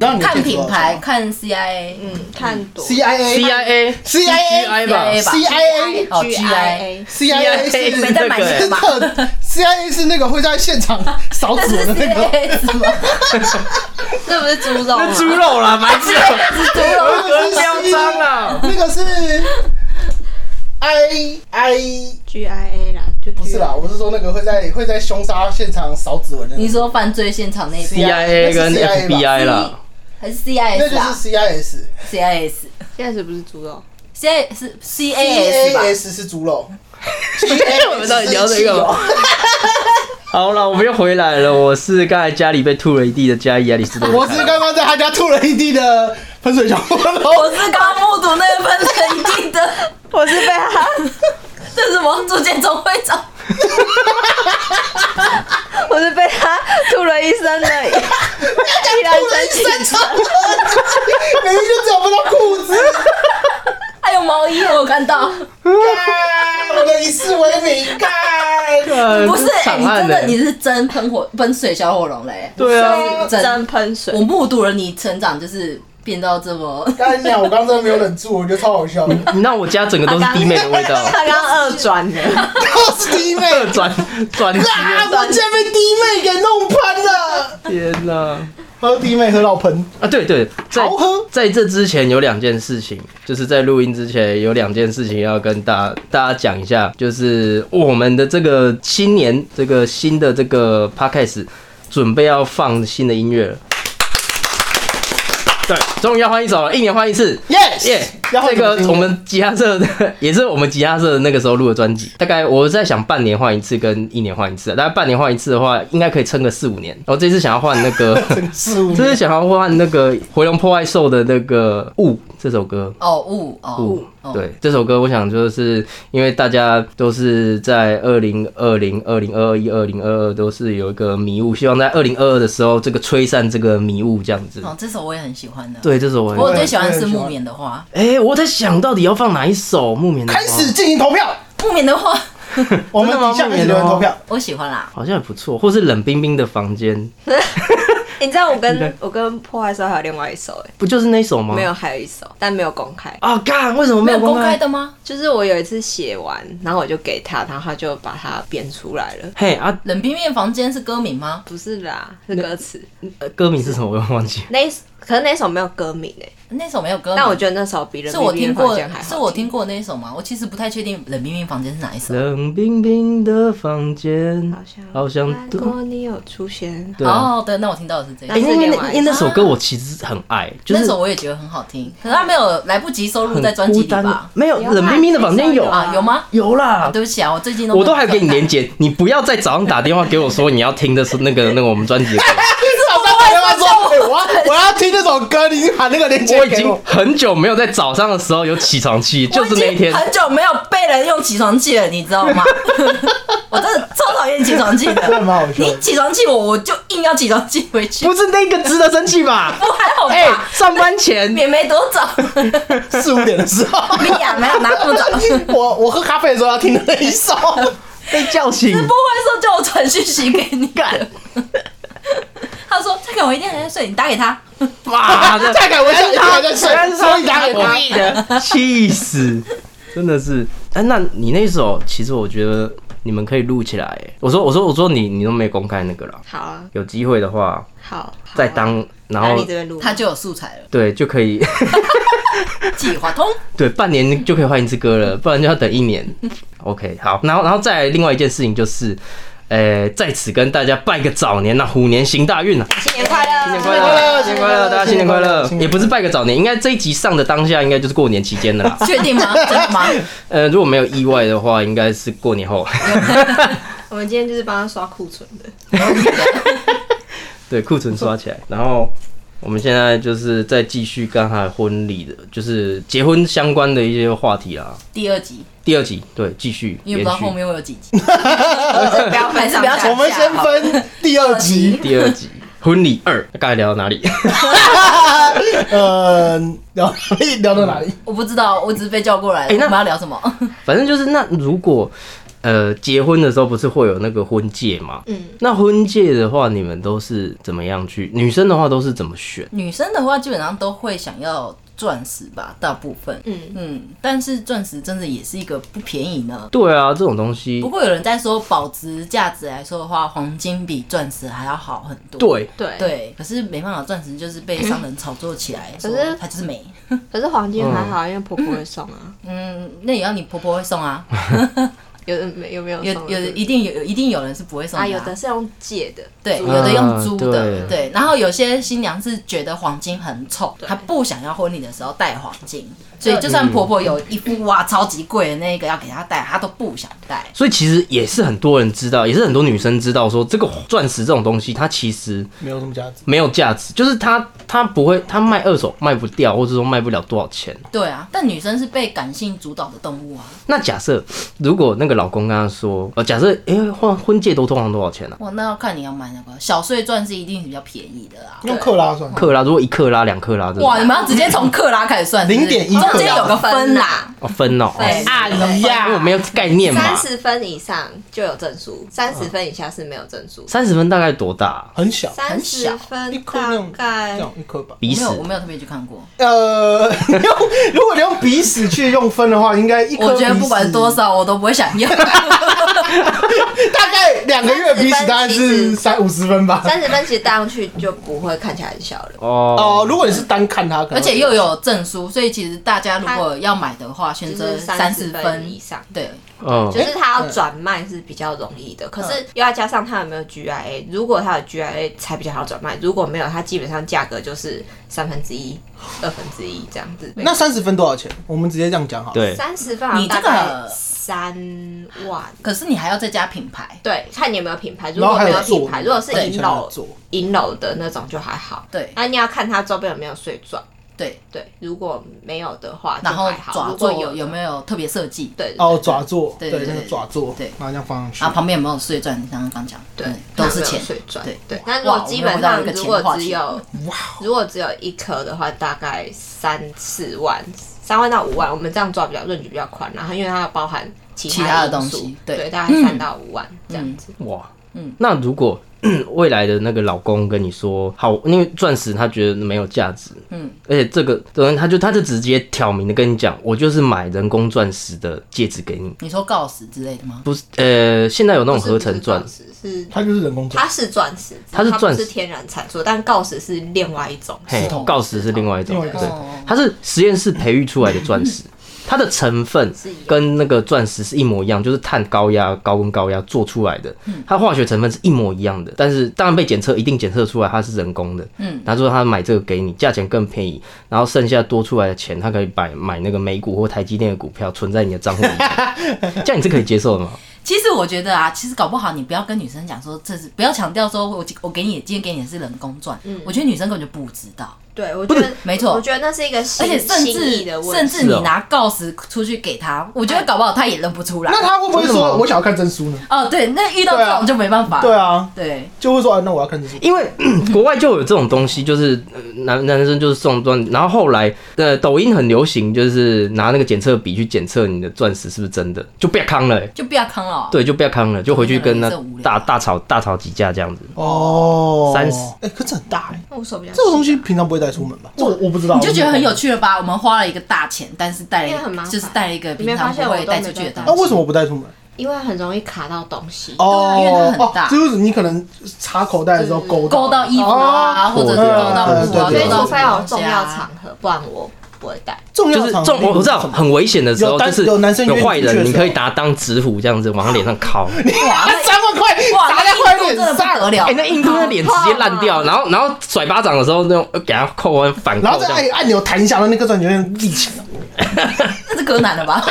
让你看接触品到牌，什么看 CIA，嗯，看多 CIA CIA CIA GI 吧 CIA ，GI 哦 GIA GIA CIA 是没在买那个鞋欸吧？特 CIA 是那个会在现场 扫但指是纹的那个。 CIA 是什 么？这不是猪肉那吗？猪肉啦，白痴，是猪肉不要嚣张啊啦！那个是 I I G I A 啦，就不是啦，我是说那个会在会在凶杀现场扫指纹的那个。你说犯罪现场那一 CIA part CIA 跟那是 CIA 吧 FBI 啦，还是那 CIS 就啊是 CIS。 ？CIS，CIS 现在不是猪肉，是 CAS 吧？是猪肉。我 我们到底聊这个？ 好了，我们又回来了。我是刚才家里被吐了一地的嘉义亚里士多。我只是刚刚在他家吐了一地的喷水熊然我是刚目睹那个喷水一地的， 我是被他这是什么？住建总会长，我是被他吐了一身的， 依然神奇。明明就找不到裤子，还有毛衣，我有看到。干我的以示为名，干 干不是，呃这哎、惨你案真的欸你是真喷火喷水小火龙嘞、对啊，哎真喷水我，目睹了你成长，就是变到这么。干娘，我刚真的没有忍住，我觉得超好笑的，你让我家整个都是弟妹的味 道，他刚二转了，都是弟妹，二转转职。啊，我竟然被弟妹给弄喷了，天哪！喝弟妹喝到喷，啊，对对，在好喝在这之前有两件事情，就是在录音之前有两件事情要跟大大家讲一下，就是我们的这个新年这个新的这个 podcast 准备要放新的音乐了。对，终于要换一首了，一年换一次。 ，yes 耶、然后这个我们吉他社的 也是我们吉他社的那个时候录的专辑，大概我在想半年换一次跟一年换一次啊，大概半年换一次的话，应该可以撑个四五年。我、这次想要换那个， 是这次想要换那个《回龙破坏兽》的那个《雾》这首歌。哦雾哦，雾，对这首歌，我想就是因为大家都是在二零二零、二零二一、二零二二都是有一个迷雾，希望在二零二二的时候，这个吹散这个迷雾，这样子。哦，这首我也很喜欢的。对，这首我很我最喜欢的是木棉的花，哎、我在想到底要放哪一首木棉的花开始进行投票，木棉的花我们底下开始留言投票，我喜欢啦。好像也不错，或是冷冰冰的房间， 你知道我跟我跟破坏兽还有另外一首哎、不就是那首吗？没有还有一首，但没有公开。啊，干，为什么没没有有公开开？的吗？就是我有一次写完，然后我就给他，然后他就把它编出来了。嘿啊，冷冰冰的房间是歌名吗？不是啦，是歌词。呃歌名是什么？我忘记。那一首可是那首没有歌名哎、那首没有歌名，但我觉得那首比人是我听过房间还，好是我听过那一首吗？我其实不太确定冷冰冰房间是哪一首。冷冰冰的房间，好像好像看过你有出现，对啊。哦，对，那我听到的是这个哎，。因是为另那外一因为那首首歌我其实很爱，就那是首我也觉得很好听，可是他没有来不及收录很在专孤辑里单吧。？没有，有啊冷冰冰的房间有那首啊，有吗？有啊，啦，对不起啊，我最近都我都还给你连连接，你不要再早上打电话给我说你要听的是那个那个我们 专辑的歌。早上打电话说，哎我要我要听那首歌，你把那个链接我已给经我。很久没有在早上的时候有起床气，就是那一天。很久没有被人用起床气了，你知道吗？ 我真的超讨厌起床气真的的。蛮好笑你的，起床气我，我就硬要起床气回去，不是那个值得生气 吧？不还好哎、吧？上班前也没多早， 四五点的时候，你呀，没有啊拿那么早。我我喝咖啡的时候要听的那一 首，被叫醒，不会说叫我传讯息给你的。他说：“蔡凯，我一定还在睡，你打给他。 哇，这再改我下一条再睡，所以打给他。的，气死，真的是。哎、那你那首，其实我觉得你们可以录起来。哎我说，我说，我说你，你都没公开那个啦。好啊，有机会的话，好，好啊再当，然那后你这边录”他就有素材了，对就可以，计划通。对，半年就可以换一支歌了，不然就要等一年。OK，好，然后，然后再来另外一件事情就是。呃，在此跟大家拜个早年呐、虎年行大运呐、新年快乐，新年快乐，新年快乐，大家新年快乐！也不是拜个早年，应该这一集上的当下，应该就是过年期间的啦。确定 吗？真的吗？呃，如果没有意外的话，应该是过年后。 我们今天就是帮他刷库存的，对，库存刷起来。然后我们现在就是再继续刚才婚礼的，就是结婚相关的一些话题啦。第二集，第二集，对，继续你也延不知道后续。面会有几集，不 要还分是享不要讲。我们先分第二集，第二集 婚礼二，刚才聊到哪里？ 呃，聊 哪里聊到哪里？我不知道，我只是被叫过来的。哎那我们要聊什么？反正就是那如果呃，结婚的时候不是会有那个婚戒吗？嗯，那婚戒的话，你们都是怎么样去？女生的话都是怎么选？女生的话，基本上都会想要钻石吧，大部分。嗯嗯，但是钻石真的也是一个不便宜呢。对啊，这种东西不，过有人在说，保值价值来说的话，黄金比钻石还要好很多。对，对，对，可是没办法，钻石就是被商人炒作起来，可说是它就是美。可是黄金还好，因为婆婆会送啊，嗯，那也要你婆婆会送啊，嗯有的没有没有有送啊有的一定有一定有人是不会送的啊，有的是用借的，对，租有的的用租的，啊对对，然后有些新娘是觉得黄金很丑，她不想要婚礼的时候戴黄金，所以就算婆婆有一副哇超级贵的那个要给她戴，她都不想戴。所以其实也是很多人知道，也是很多女生知道说，这个钻石这种东西，它其实没有什么价值。没有价值，就是它它不会，它卖二手卖不掉，或者说卖不了多少钱。对啊，但女生是被感性主导的动物啊！那假设如果那个老公跟她说，呃，假设哎换婚戒都通常多少钱啊？哇，那要看你要买哪个，小碎钻是一定是比较便宜的啦。用克拉算，克拉，如果一克拉、两克拉这种，哇，你们要直接从克拉开始算，是不是0.1中间有个分啦，哦分哦，对啊对呀，因为我没有概念嘛三。十分以上就有证书，三十分以下是没有证书。三十分大概多大啊？很小，三十一分颗那大种，这概样一 颗吧。鼻我没屎有，我没有特别去看过。呃， 你用如果你用鼻屎去用分的话，应该一颗我觉得鼻不管屎多，少，我都不会想要。 大概两个月鼻屎大概是三五十分吧。三十分其实戴上去就不会看起来很小了。哦哦，，如果你是单看它，可能而且又有证书，所以其实大家如果要买的话，选择就是三30十分以上对，嗯就，是它要转卖是比较容易的，可嗯是又要加上它有没有 GIA，如果它有 GIA 才比较好转卖，如果没有，它基本上价格就是三分之一、二分之一这样子。那三十分多少钱？我们直接这样讲好了。对，三十分好像你这大个概三万。可是你还要再加品牌。对，看你有没有品牌。如然后果还没有有品做，牌，如果是对银像那楼个做银楼的那种就还好。对那你要看它周边有没有碎钻。对对，如果没有的话就然后还好，爪如果座有有有没有特别设计？对哦，爪座，对对，对那个对爪座，对然后这样放然上后去。旁边有没有碎钻？你刚刚刚讲，对嗯，都是钱。水钻，对对哇。那如果哇基我没本有到上一个如钱哦果话只题有如果只有一颗的话，大概三四万，三万到五万，我们这样抓比较润局比较宽，然后因为它包含其其他的因东素西对对，大概三到五万这样子。哇，嗯那如果 未来的那个老公跟你说好，因为钻石他觉得没有价值，嗯，而且这个等于他就他就直接挑明的跟你讲，我就是买人工钻石的戒指给你，你说锆石之类的吗？不是呃，现在有不那种是合成钻不，是钻石是它就是人工爪，它是钻石，它是不钻石是天然产出的，但锆石是另外一种。嘿，头锆石是另外一种，另外一对种哦，它是实验室培育出来的钻石，它的成分是一样跟那个钻石是一模一样，就是碳高压、高温高压做出来的，它化学成分是一模一样的，但是当然被检测一定检测出来它是人工的，嗯，他说他买这个给你，价钱更便宜，然后剩下多出来的钱，他可以买买那个美股或台积电的股票存在你的账户里面，这样你是可以接受的吗？其实我觉得啊，其实搞不好你不要跟女生讲说这是，不要强调说我我给你今天给你的是人工钻，嗯我觉得女生根本就不知道，对，我觉得没错我觉得那是一个而心且甚心意至的问甚题。哎至你拿锆石出去给她，我觉得搞不好她也认不出来。那他会不会真的吗说我想要看证书呢？哦，对，那遇到这种就没办法。对啊，对，就会说啊，那我要看证书。因为嗯国外就有这种东西，就是呃男男生就是送钻，然后后来呃抖音很流行，就是拿那个检测笔去检测你的钻石是不是真的，就不要坑了、欸就不要坑了啊哦。对，就不要坑了，就回去跟他真的很无聊大大吵大吵几架这样子。哦， 30哎，可是很大哎，那我手比较这个东西细啊平常不会带出门吧？我我不知道，你就觉得很有我趣了吧？我们花了一个大钱，但是带了一因为很个麻烦就是带了一个你平没常发不现我会都带没出去的不知道。。东西带啊那为什么不带出门？因为很容易卡到东西。哦，啊因为它很大哦就是你可能插口袋的时候勾勾到衣服啊，哦或者是勾到裤啊，对所对以勾到除裤非啊有重要场合，不然我不会戴。重要就的是场合重，我我知道是什么很危险的时候，有就单是有男生有约坏你去的人，时你候可以拿当纸虎这样子往他脸上敲。哇，啊三万块哎 哇砸在坏人那印度真的脸上不得了哎、那印度的脸直接烂啊掉，然后然后甩巴掌的时候，那种呃给他扣完反然后扣再这哎样。按钮弹一下，然后那个钻有点立起来。 那是柯南了吧？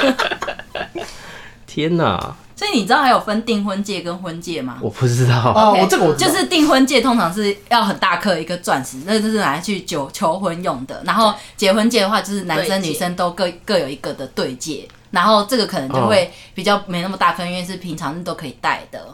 天哪、所以你知道还有分订婚戒跟婚戒吗？我不知道，啊， OK，我这个我知就道是订婚戒通常是要很大颗一个钻石，那就是拿来去求求婚用的。然后结婚戒的话，就是男生对戒女生都各各有一个的对戒。然后这个可能就会比较没那么大颗，因为是平常都可以戴的，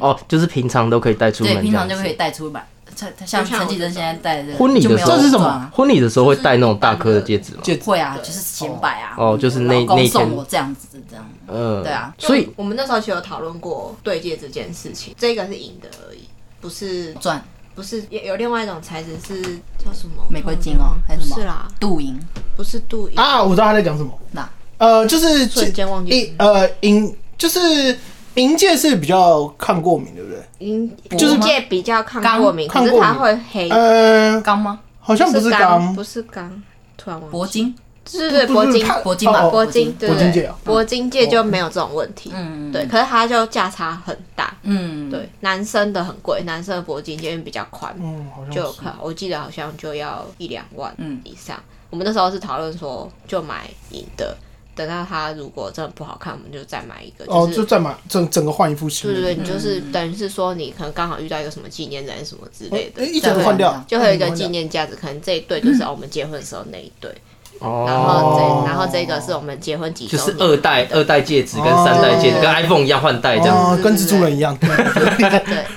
哦，就是平常都可以带出门对，这样子，平常就可以带出门像像就像陈绮贞我这种现在戴的婚礼就的没时有候这是什么撞啊婚礼的时候会戴那种大颗的戒指吗？戒会啊，就是显摆啊。哦就是那老公那天送我这样子这样。嗯，对啊所以就我们那时候其实有讨论过对戒这件事情，这个是银的而已，不是钻不是也有另外一种材质是叫什么嗯玫瑰金哦还不是什么是啦，镀银，不是镀银，啊，我知道他在讲什么。那呃，就是瞬间忘记银呃银就是银戒是比较抗过敏，对不对？银就是银戒比较抗过敏，抗可是抗它过会黑，呃，钢吗？好像不是是钢不，是钢，突然忘铂记，金？是对不铂金，它铂金吧哦铂铂金金对不铂金戒对哦，铂金戒就没有这种问题，嗯，对，可是它就价差很大，嗯，对，男生的很贵，男生的铂金戒因为比较宽，嗯，好像。就是可我记得好像就要一两万嗯以上。我们那时候是讨论说，就买银的，等到它如果真的不好看，我们就再买一个。哦，就是就再买整整个换一副新对的。对对，你就是等于是说，你可能刚好遇到一个什么纪念人什么之类哎的，一整个对换掉对，就会有一个换掉纪。念价值。可能这一对就是哦我们结婚的时候那一对，然后哦这，然后这个是我们结婚几周就是年二代二代戒指跟三代戒指哦跟 iPhone 一样嗯换代这样子。哦，跟蜘蛛人一 样，对，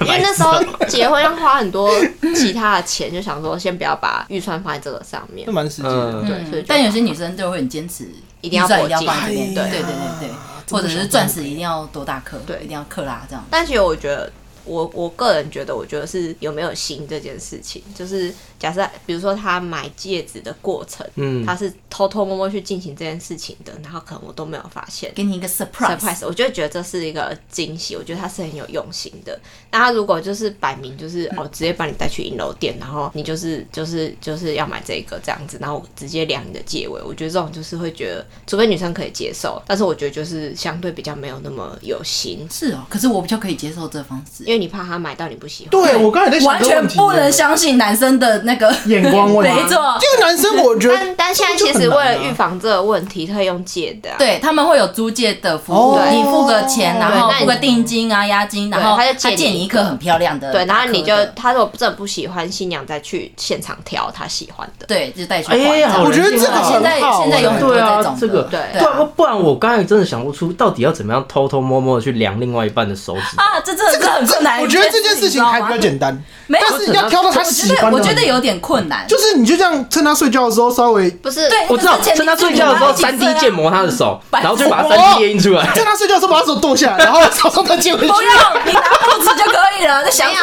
因为那时候结婚要花很多其他的钱，就想说先不要把预算放在这个上面那。蛮实际的。嗯，对所以就但有些女生就会很坚持，一定要预算铂一定要金放哎在这呀边，对对对对，真或的者想是不钻石一定要多大克，对一定要克拉这样。但其实我觉得，我我个人觉得，我觉得是有没有心这件事情，就是假设比如说他买戒指的过程，嗯他是偷偷摸摸去进行这件事情的，然后可能我都没有发现。给你一个 surprise，, surprise，我就觉得这是一个惊喜，我觉得他是很有用心的。那他如果就是摆明就是、哦，直接把你带去银楼店，然后你就是就是就是要买这个这样子，然后我直接量你的戒围，我觉得这种就是会觉得，除非女生可以接受，但是我觉得就是相对比较没有那么有心，是哦，可是我比较可以接受这个方式因，为你怕他买到你不喜欢。对，我刚才在想完这个全问题不能相信男生的那个眼光问题。 没错这个男生我觉得但但现在这个其就实很为难啊了预防这个问题，特意用借的、啊。对他们会有租借的服务，哦你付个钱，然后对那你付个定金啊、押金，然后他就借他你借你一颗很漂亮的大颗对，的，然后你就他如果真的不喜欢，新娘再去现场挑她喜欢的。对，就带去还哎这样。好我觉得这个人性化现在很好现在有很多对啊这种的，这个对对啊，不然我刚才真的想不出到底要怎么样偷偷摸摸的去量另外一半的手指。啊， 这真的是很困难。我觉得这件事情还比较简，简单，没有但是要挑到他我喜觉得欢的。我觉得有点困难，就是你就这样趁他睡觉的时候稍微不是，对 我知那道，之前趁他睡觉的时候，三 D 建模啊他的 啊手，白然后就把哦三 D 印 出来。趁他睡觉的时候把他手剁下来，然后手上再接回去 不。用，你拿裤子就可以了。在想没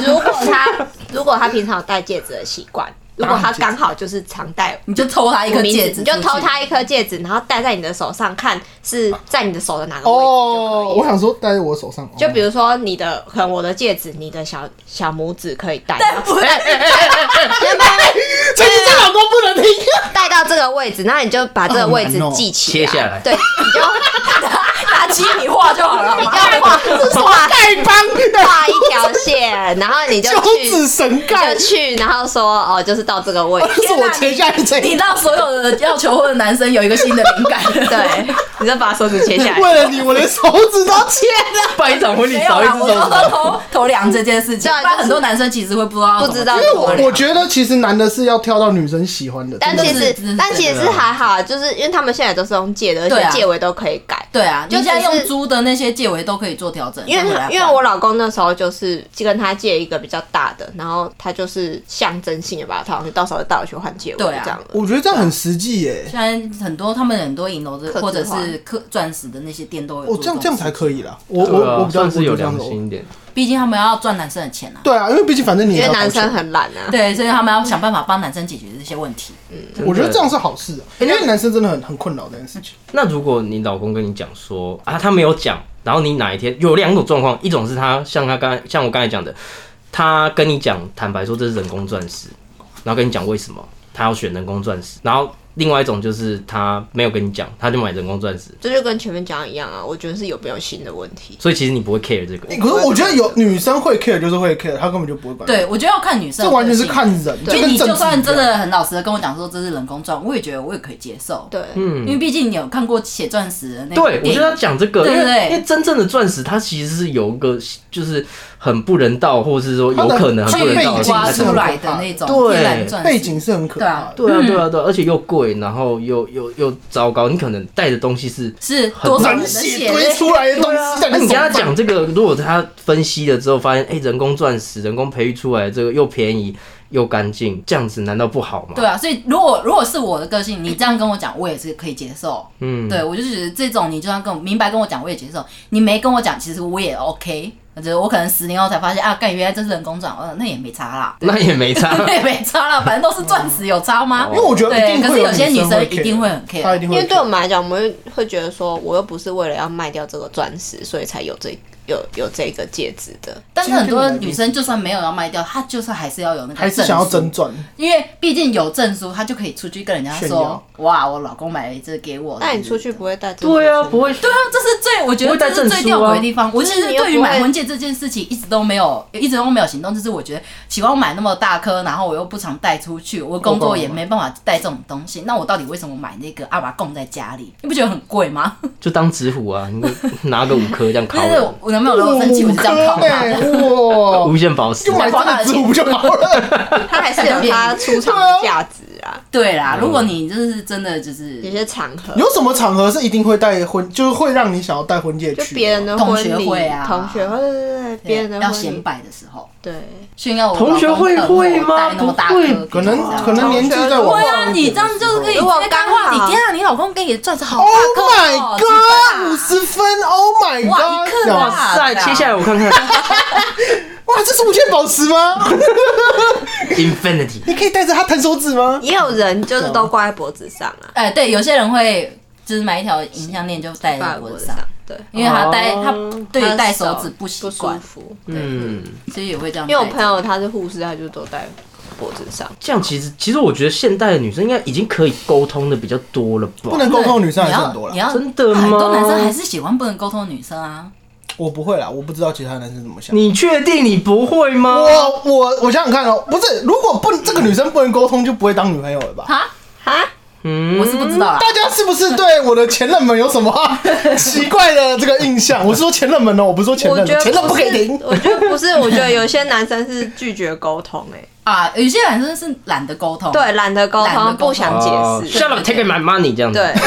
什么？。有如果他如果他平常有戴戒指的习惯，如果他刚好就是常戴。你就偷他一颗名字戒指，你就偷。 他一颗戒指，然后戴在你的手上，看是在你的手的哪个位置哦，我就可以了。想说戴在我手上，哦就比如说你的，可能我的戒指，你的小小拇指可以戴，但不是，陈先生老公不能听。戴到这个位置，那你就把这个位置好难哦记起来，切下来 对，你就拿起笔画就好了你就 嘛。画画丐帮画一条线，然后你就九 去指神你丐就，去，然后说哦，就是到这个位置， 这是我切下来这你一。让所有的要求婚的男生有一个新的灵感。对，你就把手指切下 来，为了你，我连手指都切了。办一场婚礼没有少一啦，只我手说指。偷偷量这件事情，对啊不然就是很多男生其实会不知道不怎么知道做怎么我我觉得其实男的是要挑到女生喜欢的，但真其的真的是实但其实还好，就是因为他们现在都是用借的，而对且啊借尾都可以改。对啊，就就现在只是用租的那些戒围都可以做调整，因为再回来他换因为我老公那时候就是跟他借一个比较大的，然后他就是象征性的把它套上去，到时候带我去换借尾对啊这样的。我觉得这样很实际耶。现在很多他们很多银楼的刻字化或者是刻钻石的那些店都有我做哦这样种这样才事可以啦。我对我我啊，比较算是有我比较良心一点。毕竟他们要赚男生的钱啊。对啊，因为毕竟反正你因也为要男生掏钱，很懒啊，对，所以他们要想办法帮男生解决这些问题。我觉得这样是好事啊，哎因为男生真的很很困扰这件事情。那如果你老公跟你讲说啊，他没有讲，然后你哪一天有两种状况，一种是他像他刚才像我刚才讲的，他跟你讲，坦白说这是人工钻石，然后跟你讲为什么他要选人工钻石，然后另外一种就是他没有跟你讲，他就买人工钻石，这就跟前面讲的一样啊。我觉得是有没有心的问题。所以其实你不会 care 这个。可是我觉得有女生会 care 就是会 care，她根本就不会管。，对，我觉得要看女这生的个性，啊完全是看人，因为跟你政就治算一真样的很老实的跟我讲说这是人工钻，我也觉得我也可以接受。对，嗯因为毕竟你有看过写钻石的那个对，我电影觉得他讲这个，因对为对对因为真正的钻石，它其实是有一个就是很不人道，或者是说它有的可能很它不人的道背的事景情挖才是出很来可的怕那种对天然钻石背景是很可怕的。嗯对啊，对啊，对啊，而且又贵，贵，然后又又又糟糕，你可能带的东西是是多少人冷的血血堆泪？出来的东啊西在那你啊手你跟他上。讲这个，如果他分析了之后发现，哎、人工钻石、人工培育出来的这个又便宜又干净，这样子难道不好吗？对啊，所以如果如果是我的个性，你这样跟我讲，我也是可以接受。嗯，对，我就觉得这种你就算跟我明白跟我讲，我也接受；你没跟我讲，其实我也 OK。就是我可能十年后才发现啊，干原来这是人工转，呃，那也没差 啦，那也没 差。那也没差啦，反正都是钻石，有差吗？哦因为我觉得一对，定可会是有些女生生一定会很 care，她 care。一定因会为 care，对我们来讲，我们会会觉得说，我又不是为了要卖掉这个钻石，所以才有这有有这个戒指的。但是很多女生就算没有要卖掉，她就是还是要有那个还是证想要书真赚。因为毕竟有证书，她就可以出去跟人家炫说耀：“哇，我老公买了一只给我。”那你出去不会带这个？对啊，不会。哦对啊，这是最我觉得不会带这是最证吊书啊诡的地方。我其实就是你又对于不会买婚戒这件事情一直都没有，一直都没有行动。就是我觉得喜欢买那么大颗，然后我又不常带出去，我工作也没办法带这种东西。那我到底为什么买那个阿把它供在家里？你不觉得很贵吗？就当纸虎啊，你拿个五颗这 样就烤是人我，我男朋友惹我生气，我就这嗯样考他的。哇，无限宝石就。买真的植物不就好了？ 它还是有 它出场的价值啊。对啦，如果你就是真的就是有些场合，有什么场合是一定会带婚，就是会让你想要带婚戒就去？别人的婚礼、同学会啊同学会，对对对，别人的要婚礼显，摆的时候，对，炫耀我同学会老公会吗带那么大不会颗，可能哦这样可能年纪再往对上啊，一点的时候你这样就是可以直如果接干话。刚好你天啊，你老公跟你的钻石好大 Oh 颗 my 哦几分 god！啊五十分，Oh my 哇 god！一克哇啊哇塞，切下来我看看哇，这是无限宝石吗？ ，Infinity。你可以带着它弹手指吗？也有人就是都挂在脖子上啊，哎，对，有些人会就是买一条银项链就戴挂在在脖脖子子上上，，对，因为他戴他哦对他于的戴手指不习惯不舒，服。嗯，所以也会这样戴因为着。我朋友他是护士，他就都戴脖子上。这样其实其实我觉得现代的女生应该已经可以沟通的比较多了吧？不能沟通的女生还是很多你啦。要真的吗很多男生还是喜欢不能沟通的女生啊。我不会啦，我不知道其他男生怎么想。你确定你不会吗？我我我想想看哦，不是，如果不这个女生不能沟通，就不会当女朋友了 吧？哈，哈，嗯我是不知道啦。大家是不是对我的前任们有什么啊 奇怪的这个印象？我是说前任们哦，我不是说前我任觉们，得前任不不可以是听，。我觉得不是，我觉得有些男生是拒绝沟通，哎，啊，有些男生是懒得沟哦通，对，懒得沟懒得沟通，通不想哦解释， Shut up, take my money 这样子。对，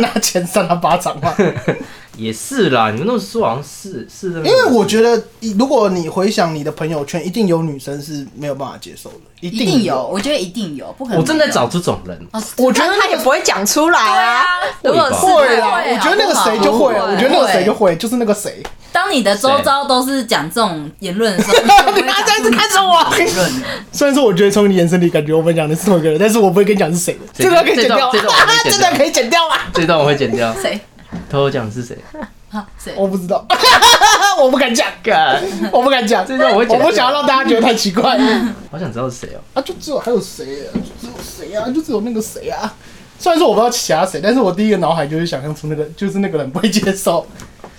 拿钱扇他巴掌啊 嘛。也是啦，你们那时候好像是是的，因为我觉得，如果你回想你的朋友圈，一定有女生是没有办法接受的，一一定有，。我觉得一定有，不可能。我正在找。这种人，哦，我觉得但他也不会讲出来啊。对如啊果是会他啦，会我啊觉得那个谁就会，不会我觉得那个谁就会，就是那个谁，当你的周遭都是讲这种言论的时候，你就不 会他讲这样子看着我。虽然说我觉得从你眼神里感觉我们讲的是同一个人，但是我不会跟你讲是谁的，这这段可以剪掉啊，这段这这段段我可以剪掉啊，这段我会剪掉。谁偷偷讲是谁？啊谁我不知道，我不敢讲，干，我不敢讲，这段我会剪我掉不想要让大家觉得太奇怪好想知道是谁哦。啊，就只有还有谁啊，就只有谁啊，就只有那个谁啊。虽然说我不知道其他谁，但是我第一个脑海就是想象出那个，就是那个人不会接受，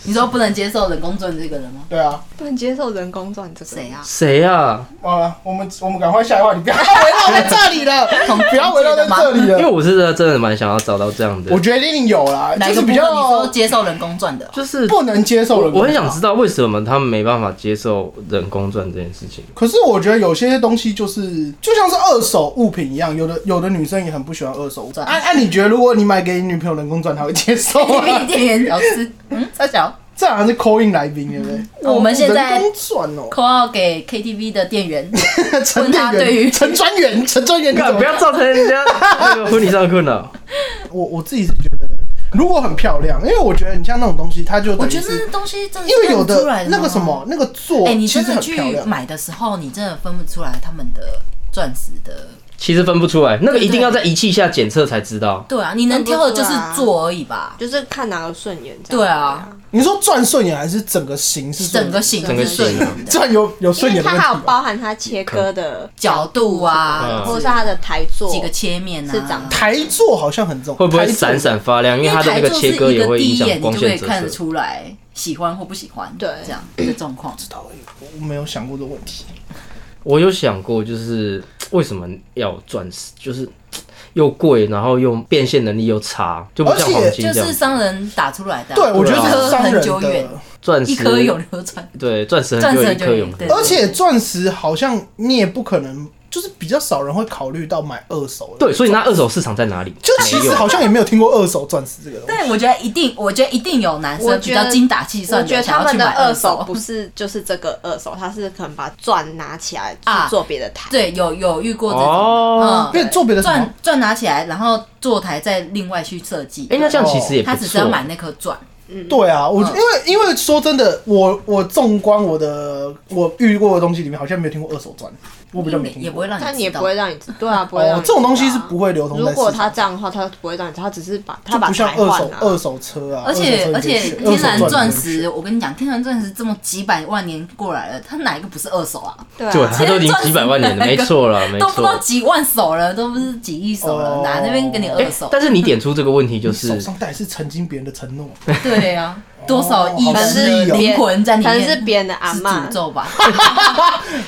你说不能接受人工钻这个人吗？对啊，不能接受人工钻这个。谁啊？谁啊？啊，我们我们赶快下一话，你不要围绕在这里了， 不要围绕在这里因为 了。我是真的蛮想要找到这样的我，觉得一定有啦，哪就一是个部比分你说较接受人工赚 的哦？就是不能接受人工我的很想知道为什么他们没办法接受人工赚这件事情。可是我觉得有些东西就是就像是二手物品一样，有的有的女生也很不喜欢二手物品。钻哎、哎、你觉得如果你买给你女朋友人工钻，她会接受你比 吗？店员屌丝，嗯，三小这好像是 call in 来宾，对不对？我们现在人工钻 哦、扣号给 KTV 的 店员，陈问他店 对于员、陈专员、陈专员，你 干怎么不要造成人家那个 婚礼上的困扰。我我自己是觉得，如果很漂亮，因为我觉得你像那种东西，它就我等于觉得是那东西真的 因是为有看不出来的那的个吗什么，那个做，哎，你其真实的很去漂亮。买的时候，你真的分不出来他们的钻石的。其实分不出来，那个一定要在仪器下检测才知道。对啊，你能挑的就是做而已吧，就是看哪个顺眼。对啊，你说转顺眼还是整个形是顺整眼个形整个啊是顺形眼的，转有有顺因眼为的它问题还有吗？包含它切割的角度啊，嗯或是它的台座几个切面啊，是长台座好像很重，会不会台座闪闪发亮？因为因为它的台那个就是切一割也个会第影一响眼你光就可线以折看得射。出来喜欢或不喜欢，对这样的状况。我没有想过这个问题。我有想过，就是为什么要钻石，就是又贵，然后又变现能力又差，就不像黄金就这哦样是。商人打出来的啊，对，我觉得对啊这是商很人久远的，钻一石颗永流传。对钻石钻很石久很一久颗一永对恒而且钻石好像你也不可能就是比较少人会考虑到买二手的。对，所以那二手市场在哪里？就其没实有好像也没有听过二手钻石这个东西。但我觉得一定，我觉得一定有男我生比觉得较精打细算我的，觉得想他要去们的买二手手不是就是这个二手，他是可能把钻拿起来啊去做别的台。对，有有遇过这种的，哦嗯，因为做别的什么钻钻拿起来，然后坐台再另外去设计。哎、那这样其实也他不哦只是错。要买那颗钻，对啊，嗯我、因为因为说真的，我我纵观我的我遇过的东西里面，好像没有听过二手钻，我比较没听过。也不会让你知道。但你也不会让你知对啊，不会让哦你，这种东西是知道啊不会流通在如市场。果他这样的话，他不会让你知道，他只是把他就把不像台啊二换手了、二手车啊，而且而且，二手车你可以天选然二手钻你可以选石，我跟你讲，天然钻石这么几百万年过来了，它哪一个不是二手啊？对对，啊，它都已经几百 万年了，没错了，没都不到错。几万手了，都不是几亿手哦了，哪那边给你哎二手？但是你点出这个问题，就手是上戴是曾经别人的承诺，对呀，多少亿哦好人势的利哦灵魂在里可能面？是别人的阿是嬷诅咒吧？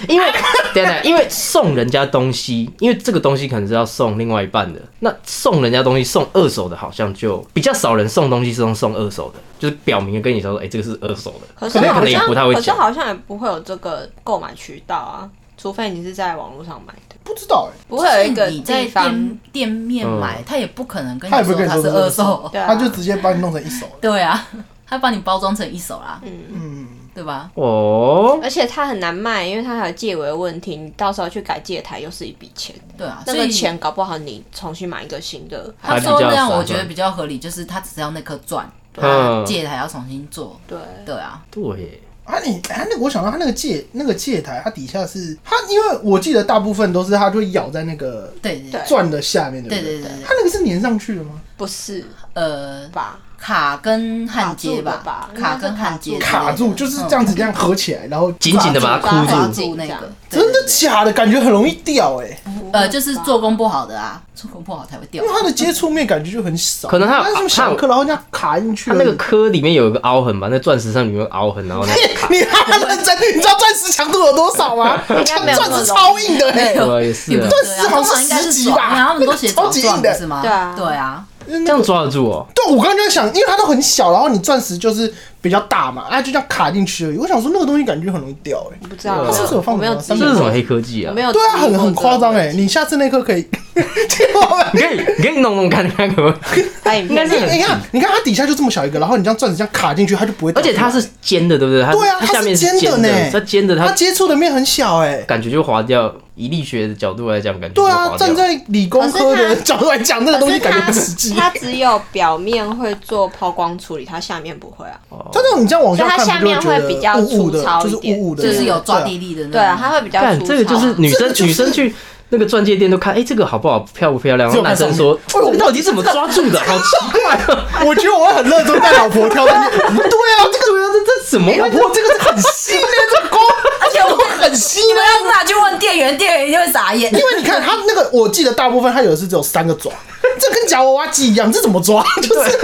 因为等一下，因为送人家东西，因为这个东西可能是要送另外一半的。那送人家东西，送二手的，好像就比较少人送东西是用送二手的，就是表明地跟你说，哎、这个是二手的。可是可能好可能也像不太会可是讲好像也不会有这个购买渠道啊，除非你是在网络上买的，不知道 哎、不会有一就个是你在地方嗯店店面买，他也不可能跟他也你不会说跟你它说这是是二手，对啊他就直接把你弄成一手了。对啊，他把你包装成一手啦，嗯，对吧？哦，而且它很难卖，因为它还有借尾的问题，你到时候去改借台又是一笔钱，对啊，那所个以钱搞不好你重新买一个新的，他还比说较那样，少我是觉嗯得吧比较合理，就是他只要那颗钻，嗯，借还要重新做，对，对啊，对耶，啊你啊那个我想到他那个戒那个戒台，它底下是它，因为我记得大部分都是它就会咬在那个对对对钻的下面，对对不对对对，它那个是粘上去的吗？不是呃，吧？卡跟焊接卡住的吧吧，卡跟焊接应该是卡住就是这样子，这样合起来，然后紧紧的把它抓住箍住抓。住那个，对真的对假的？感觉很容易掉哎、对呃，就是做工不好的啊，做工不好才会掉因为。它的接触面感觉就很少，可能它有它是什么小颗，然后这样卡进去它而已。啊那个壳里面有一个凹痕吧？那钻石上面有个凹痕，然后那你还认真？你知道钻石强度有多少吗？应该没有那么钻石超硬的欸对啊也是也不啊钻石对啊好像通常应该十是级吧转，然后他们都写超级硬转的不是吗？对啊对啊，这样抓得住哦。对，我刚刚就在想，因为它都很小，然后你钻石就是比较大嘛，啊，就这样卡进去而已。我想说那个东西感觉很容易掉哎、我不知道，它是不是有放我没有什么三这质百疑是什么多黑科技我啊没？有对啊，很质疑过很这个夸张问哎！题你下次那颗可以， 结果你可以，你可以弄弄看看可不可 以？拍影片应该是你看，你看它底下就这么小一个，然后你这样钻石这样卡进去，它就不会掉而出来。且它是尖的，对不对？它对啊它它下面是尖的是尖呢它尖的，它它接触的面很小哎。感觉就划掉。以力学的角度来讲，感觉就对划啊，掉站在理工科可的是它角度来讲，那个东西感觉不可实是际。它它只有表面会做抛光处理，它下面不 会啊。它这种你这样往下所以它看，下不就面觉会得比较雾雾的粗糙，就一是点雾雾的，就是有抓对啊地力的那对啊，种。它会比较粗干糙。这个啊就是女这生个就是女生去那个钻戒店都看，哎、这个好不好，漂不漂亮？然只后有男看生说，上面哎呦这个到底怎么抓住的？好奇怪哦！啊我觉得我会很认真带老婆挑战。不 对啊，这个对啊，这这怎么老会？婆这个是很细的，这个锅，而且我很细你的。们要是拿去问店员，店员一定会傻眼因。为你看它那个，我记得大部分它有的是只有三个爪，这跟夹娃娃机一样，这怎么抓？ 就是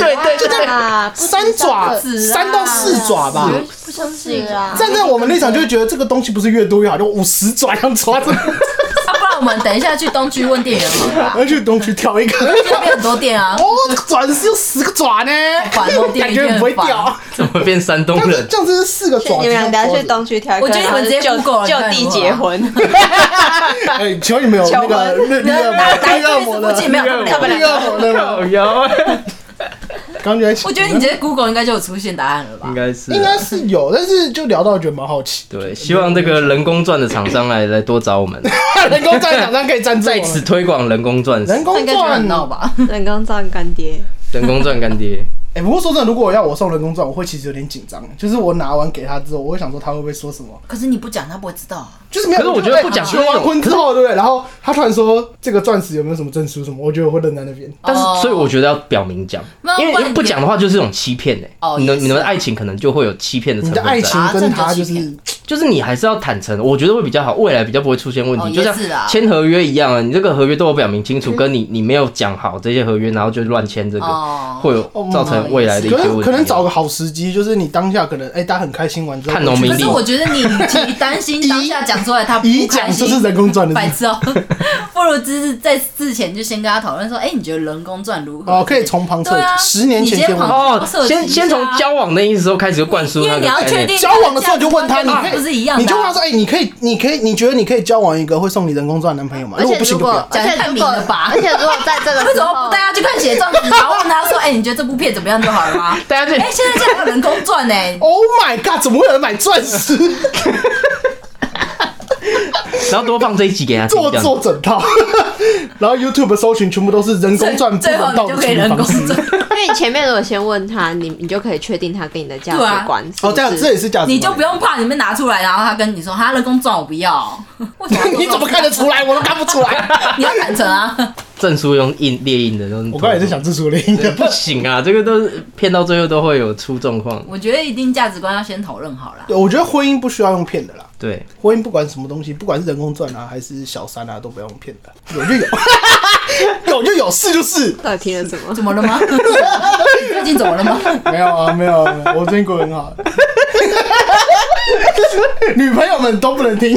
对对对啊，不止三爪个，指啊三到四爪吧。不像是啊。站在我们立场就会觉得这个东西不是越多越好，就五十爪这样抓着，啊，不然我们等一下去东区问店员好了啦，而去东区挑一个。那边很多店啊，哦，转是有十个爪呢，烦哦感觉很不会掉。怎么变山东但是人？这样子是四个爪子。你们俩等下去这样抓着东区挑一个，啊我觉得你们直接然后 Google 就了就你看地 结婚，哎，请问你们有那个绿绿恶魔的？绿恶魔的？没有他们两个绿恶魔的吗？靠腰啊，刚才我觉得你直接 Google 应该就有出现答案了吧应？该是啊应该是有，但是就聊到觉得蛮好奇。 对。希望这个人工钻的厂商来来多找我们，人工钻厂商可以赞助我在们此推广人工钻石人他工应该觉得很钻闹吧？人工造干爹。人工钻干爹。哎、不过说真的，如果要我送人工钻，我会其实有点紧张，就是我拿完给他之后，我会想说他会不会说什么，可是你不讲，他不会知道啊。就是没有。可是我觉得不讲求完婚之后，对不对？然后他突然说这个钻石有没有什么证书什么，我觉得我会愣在那边。但是哦，所以我觉得要表明讲，那因为不因然为不讲的话就是一种欺骗哎、哦你也的是啊你们的爱情可能就会有欺骗的你成的分爱在情，啊跟他这就就是欺骗就是你还是要坦诚，我觉得会比较好，未来比较不会出现问哦题。也就像是啊嗯签合约一样啊，你这个合约都有表明清楚，跟你你没有讲好这些合约，然后就乱签这个哦，会有哦造成未来的一些可问能题。可能找个好时机，就是你当下可能哎、大家很开心完之后，看农民可历是我觉得你与其担心当下讲出来他以不讲开这心，是人工赚的白是痴哦， 不如就是在事前就先跟他讨论说，哎、你觉得人工赚如不是何？哦，可以从旁测对啊，十年前你先先问旁。哦设，计一先下先从交往那意思时候开始就灌输因那为个你要概确念定。交往的时候你就问他，你可以不是一样的啊你就问他说，哎、你可以，你可以，你觉得你可以交往一个会送你人工赚的男朋友吗？而如果且不行如就不果要，。讲而得且太如明果了吧而且如果在这个 为时什么候不带，他去看写照？然后问他说：“哎、你觉得这部片怎么样就好了吗？”大家就哎、现在这还有人工哎赚呢、 Oh my god！怎么会有人买钻石 然后多放这一集给他听，做这样做整套？然后 YouTube 搜寻全部都是人 工赚不最人后道你就的可以处理人工方式。赚，因为你前面如果先问他，你你就可以确定他跟你的价对啊值观是不哦，是这样这也是价值观，你就不用怕你们拿出来，然后他跟你说：“他人工赚我 不要。”为什么要做你怎么看得出来？我都看不出 来。你要坦诚啊！证书用印列印的都是。我刚才也是想自主领对，的，不行啊，这个都是骗到最后都会有出状况。我觉得一定价值观要先讨论好啦。对我觉得婚姻不需要用骗的啦。对，婚姻不管什么东西，不管是人工赚啊，还是小三啊，都不要用骗的，有就有，有就有，是就是。到底听了什么？怎么了吗？ 你最近怎么了吗？ 没有啊，没有、啊，没有我最近过得很好。女朋友们都不能听，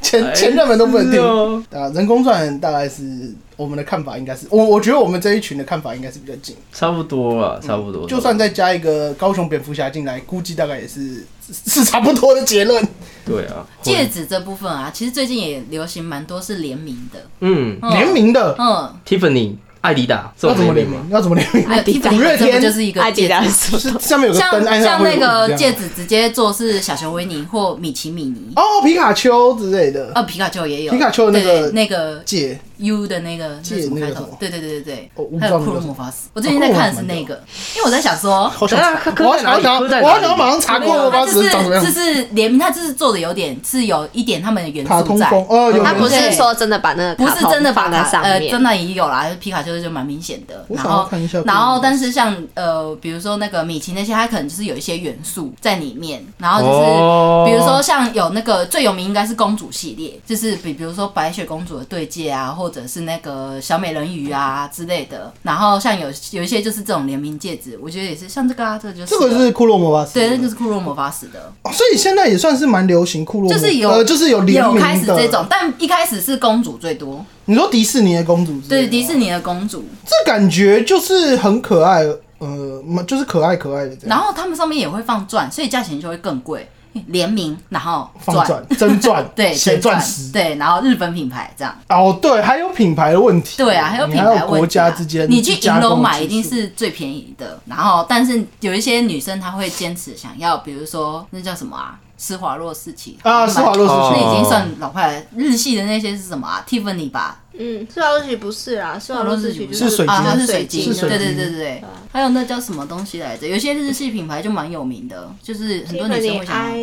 前前任们都不能是听哦啊。人工赚大概是我们的看法，应该是我我觉得我们这一群的看法应该是比较近，差不多啊，差不多。就算再加一个高雄蝙蝠侠进来，估计大概也是是差不多的结论。对啊，戒指这部分啊，其实最近也流行蛮多是联名的，嗯嗯联名的嗯， ，Tiffany、艾迪达这要种怎么联联名名吗？？要怎么联名？还有迪 Tiffany 达五月天这不就是一个阿迪戒达指，就斯是上面有个灯，像按上像会有那个这样戒指直接做是小熊维尼或米奇米妮，哦，皮卡丘之类的呃，皮卡丘也有，皮卡丘的那个对那个戒， U 的那个戒是什么那开个头什么？对对对对哦我哦对，不还知道有那个库洛什么魔法使，我最近在看的是那个，因为我在想说，好想等一下查柯柯我要想在哪要里查，柯在我哪要里想要马上查没过有了它吧？就是是长什么样就？是联名，它就是做的有点是有一点他们的元卡素通在，风哦，有他不有有是说真的把那个不卡是通真的把放在它上呃，面，真的也有啦，皮卡丘就蛮明显的。我然想要后看一下然后但是像呃，比如说那个米奇那些，它可能就是有一些元素在里面，然后就是、哦比如说像有那个最有名应该是公主系列，就是比比如说白雪公主的对戒啊，或者是那个小美人鱼啊之类的。然后像有有一些就是这种联名戒指，我觉得也是像这个啊，这个就是这个是骷髅魔法石，对，那就是库洛魔法使的。哦所以现在也算是蛮流行骷髅魔，就是有、呃，就是有联有名开始的这种，但一开始是公主最多，你说迪士尼的公主之类的对吗迪士，尼的公主，这感觉就是很可爱，呃，就是可爱可爱的这样。然后他们上面也会放钻，所以价钱就会更贵，联名然后、放钻、真钻 对写真钻石。对，然后日本品牌这样。哦，对，还有品牌的问题。对啊，还有你品牌问题啊、国家之间，你去银楼买技一术定是最便宜的。然后，但是有一些女生她会坚持想要，比如说那叫什么啊，施华洛世奇啊，施华洛世哦奇那已经算老派了。日系的那些是什么啊？Tiffany 吧，嗯，施华洛世奇不是啊，施华洛世奇就是水晶啊，它是水水是晶，水对晶对对对对。还有那叫什么东西来着？有些日系品牌就蛮有名的，就是很多女生会想要。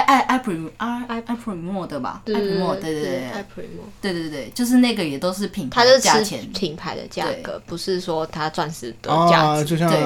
i i i prim i i i primo 的吧，i primo 对对对爱 primo，对对对，就是那个也都是品它牌就是价吃钱，品牌的价对格，不是说它钻石的价啊，值就像对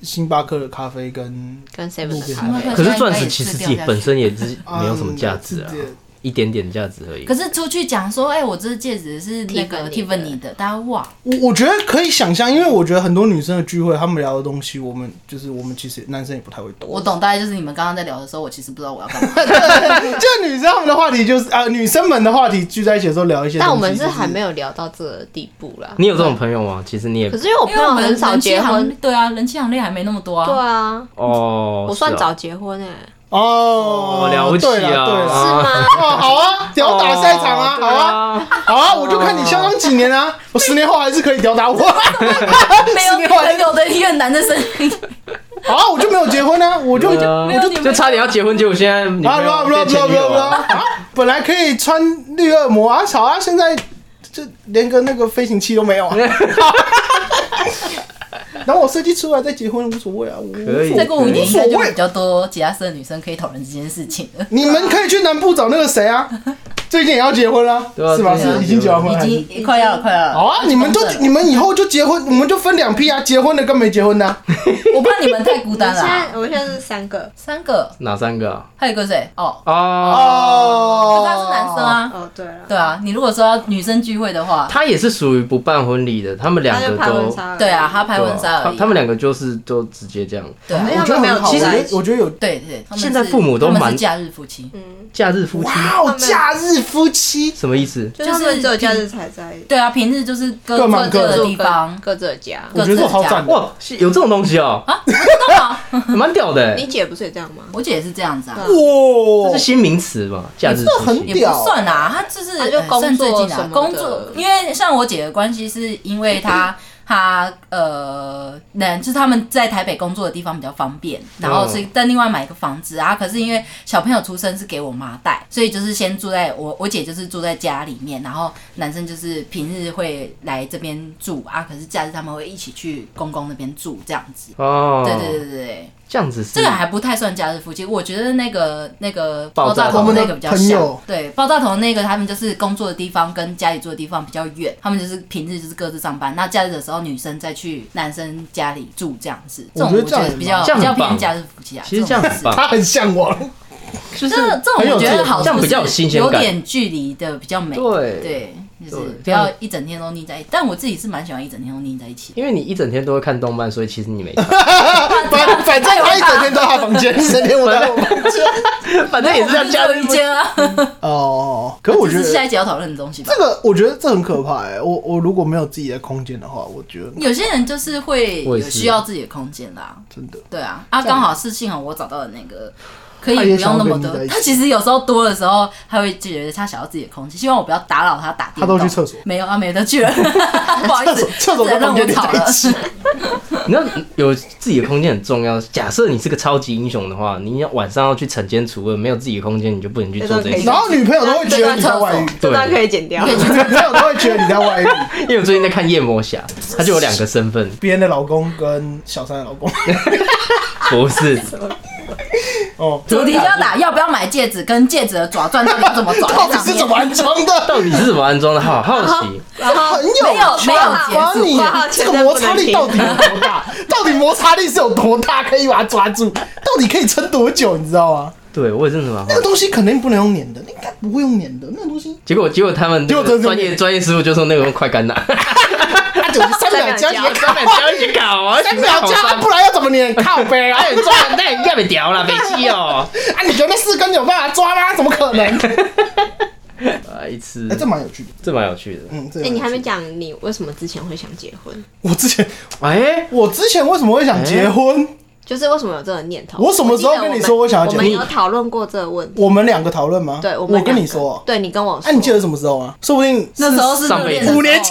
星巴克的咖啡跟跟 seven 的路差边 别。可是钻石其实自己本身也是嗯没有什么价值啊自己，一点点价值而已可。是出去讲说，哎、我这戒指是那个 Tiffany 的 Tiffany 的，大家哇，我我觉得可以想象，因为我觉得很多女生的聚会，她们聊的东西，我们就是我们其实男生也不太会 懂。我懂，大概就是你们刚刚在聊的时候，我其实不知道我要干嘛。哎就女生她们的话题就是啊、女生们的话题聚在一起的时候聊一些东西，但我们是就是还没有聊到这个地步啦。你有这种啊朋友吗？其实你也可是因为我朋因为友我们很少人气结婚行，，对啊，人气行列还没那么多啊。对啊，哦，我算是啊早结婚哎，哦哦，了不起啊对了对了，啊是吗？哦，好啊，屌打赛场啊，哦好啊，对啊，好啊，我就看你相当几年啊，我十年后还是可以屌打我，啊 没有女朋友的越男的声音，好啊，我就没有结婚啊，我就 对啊没有你就差点要结婚，结果现在女啊朋不啦友不啦变不啦前不女啦友不啦，了。啊本来可以穿绿恶魔啊，好啊，现在这连个那个飞行器都没有啊。然后我设计出来再结婚无所谓啊，我可以无所再过五年应所该就谓比较多吉他社的女生可以讨论这件事情了。你们可以去南部找那个谁啊，最近也要结婚了，对啊是吧？对啊是已经结完婚了还已是？经快要了，快要了。好啊，你们就公正了你们以后就结婚，我们就分两批啊，结婚的跟没结婚的啊。我怕你们太孤我们单了现啊。在我们现在是三个三个， 哪三个啊？还有一个谁？哦，哦，可哦是他是男生啊。哦，对啊，对啊，你如果说要女生聚会的话，他也是属于不办婚礼的，他们两他个就都拍婚纱而已，对啊，他拍对啊婚纱而他已。他们两个就是都直接这样，对啊哎呀我觉得他们没有很好，其我实觉得我觉得有对对，他们现在是父母都他们蛮是假日夫妻，假日夫妻哇哦，们假日夫妻，什么意思？就是他们只有假就是日才在对啊，平日就是各各各忙各各的的地方。各自的家。我觉得这好赞的。哇，是有这种东西啊哦、蛮屌的、你欸，姐不是也这样吗？我姐也是这样子啊，这哇是，新名词嘛？假日这夫很妻也不算啊，她就是她就呃工算最作近什啊么，工的作，因为像我姐的关系，是因为 她她呃，人就是他们在台北工作的地方比较方便，然后是再另外买一个房子啊。可是因为小朋友出生是给我妈带，所以就是先住在我我姐就是住在家里面，然后男生就是平日会来这边住啊，可是假日他们会一起去公公那边住这样子。哦，对对对对对。这样子是这个还不太算假日夫妻，我觉得那个那个爆爆炸炸头头那个比较我们的朋像友，对，爆炸头那个他们就是工作的地方跟家里住的地方比较远，他们就是平日就是各自上班，那假日的时候女生再去男生家里住这样子，这种我我觉得这样觉得比较这比样很较棒偏假日夫妻啊，其实这样种很棒是。他很向往，就是这这种我觉得好处是这样比较有新鲜感有点距离的比较美，对对，就是对不要一整天都腻在一起。但我自己是蛮喜欢一整天都腻在一起的。因为你一整天都会看动漫，所以其实你没看，反反正他一整天都在他房间，整天我在我房间。反正也是这 要样假加日一间啊，哦，可我觉这是下得一集要讨论的东西吧这。个，我觉得这很可怕哎。我我如果没有自己的空间的话，我觉得有些人就是会我有也是需要自己的空间啦，真的对啊，啊，刚好是幸好我找到了那个。可以他不也用那么想要跟你在多一。起他其实有时候多的时候，他会觉得他想要自己的空间，希望我不要打扰他打电动。他都去厕所没有啊，没得去了，不好意厕思所，厕所只能跟让房间连我吵在了一。起。 你要有自己的空间很重要。假设你是个超级英雄的话，你要晚上要去惩奸除恶，没有自己的空间，你就不能去做这那种些事然。后女朋友都会觉得你在外遇，这段可以剪掉。女 朋友都会觉得你在外遇。因为我最近在看夜魔侠，他就有两个身份，别人的老公跟小三的老公，不是哦，主题 就要打要不要买戒指，跟戒指的爪钻到底要怎么爪到在底上是面怎么？安装的？到底是怎么安装的，好好奇。然后很有没有趣没有啊结哇束你挂号这前个面摩不擦能力停到底有多大？到底摩擦力是有多大？可以把它抓住？到底可以撑多久？你知道吗？对我也真的蛮好那个奇。东西肯定不能用粘的，那应该不会用粘的。那个东西结果结果他们那结果真的是个专业专业师傅就说那个用快干呐，哦它啊就是三秒加起来三秒加去搞啊，三秒加，不然要怎么粘？靠背啊！哎，抓那应该被屌了，北七哦，啊，你觉得那四根有办法抓吗？怎么可能？哎，白痴，这蛮有趣的。哎这蛮有趣的。嗯，这哎、蛮有趣你还没讲你为什么之前会想结婚，我之前哎，我之前为什么会想结婚？就是为什么有这个念头？我什么时候记得跟你们说我想要结我们婚有讨论过这个问题。我们两个讨论吗？对，我们我跟两你个说哦，对你跟我说，哎，你记得什么时候啊？说不定那时候是上热辈恋子的五年时候